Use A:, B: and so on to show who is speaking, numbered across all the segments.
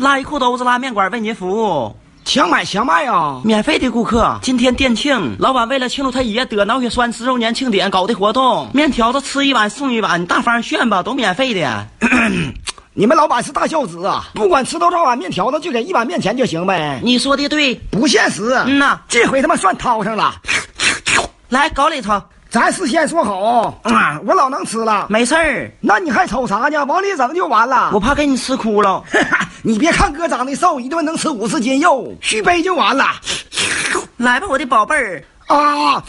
A: 拉一裤兜子拉面馆为您服务，
B: 强买强卖啊！
A: 免费的顾客。今天店庆，老板为了庆祝他爷得脑血栓十周年庆典搞的活动，面条子吃一碗送一碗，你大方炫吧，都免费的。
B: 你们老板是大孝子啊，不管吃多少碗面条子，就给一碗面钱就行呗，
A: 你说的对，
B: 不现实。啊
A: 嗯呐，
B: 这回他妈算掏上了，
A: 来搞里头，
B: 咱事先说好，啊，我老能吃了，
A: 没事儿，
B: 那你还瞅啥呢？往里整就完了。啊
A: 我怕给你吃哭了。
B: 你别看哥长得瘦，一顿能吃五十斤肉，续杯就完了。
A: 来吧，我的宝贝儿，
B: 啊！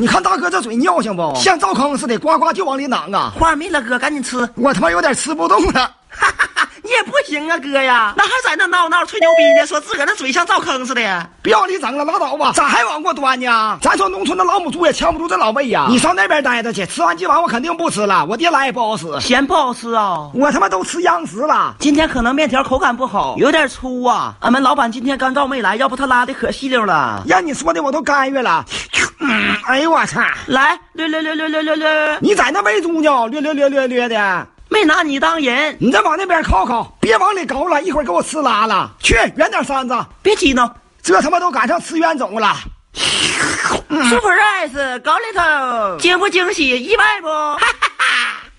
B: 你看大哥这嘴尿性不？像灶坑似的，呱呱就往里攮啊！
A: 话没了哥，赶紧吃。
B: 我他妈有点吃不动了。
A: 哈哈哈，你也不行啊，哥呀，那还在那闹闹吹牛逼呢，说自个儿那嘴像灶坑似的。
B: 别往里整了，拉倒吧！咋还往过端呢？咱说农村的老母猪也扛不住这老胃呀、你上那边待着去，吃完今晚我肯定不吃了，我爹来也不好使，
A: 嫌不好吃啊、
B: 我他妈都吃央食了。
A: 今天可能面条口感不好，有点粗啊。俺们老板今天干燥没来，要不他拉的可细溜了。
B: 让你说的我都干哕了。嗯哎呦我操！
A: 来，略略略略略略略，
B: 你在那喂猪呢？略略略略略的，
A: 没拿你当人，
B: 你再往那边靠靠，别往里搞了，一会儿给我吃拉了。去远点山子，
A: 别激恼。
B: 这他妈都赶上吃冤种了。
A: 嗯 Surprise，搞里头，惊不惊喜，意外不？哈哈哈。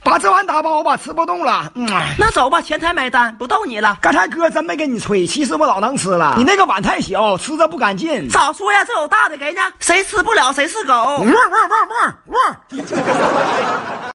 B: 把这碗打包吧，吃不动了。嗯，哎
A: 那走吧，前台买单，不逗你了。
B: 刚才哥真没跟你吹，其实我老能吃了。你那个碗太小，吃着不干净。
A: 早说呀，这有哦大的给呢，谁吃不了谁是狗。
B: 汪汪汪汪汪！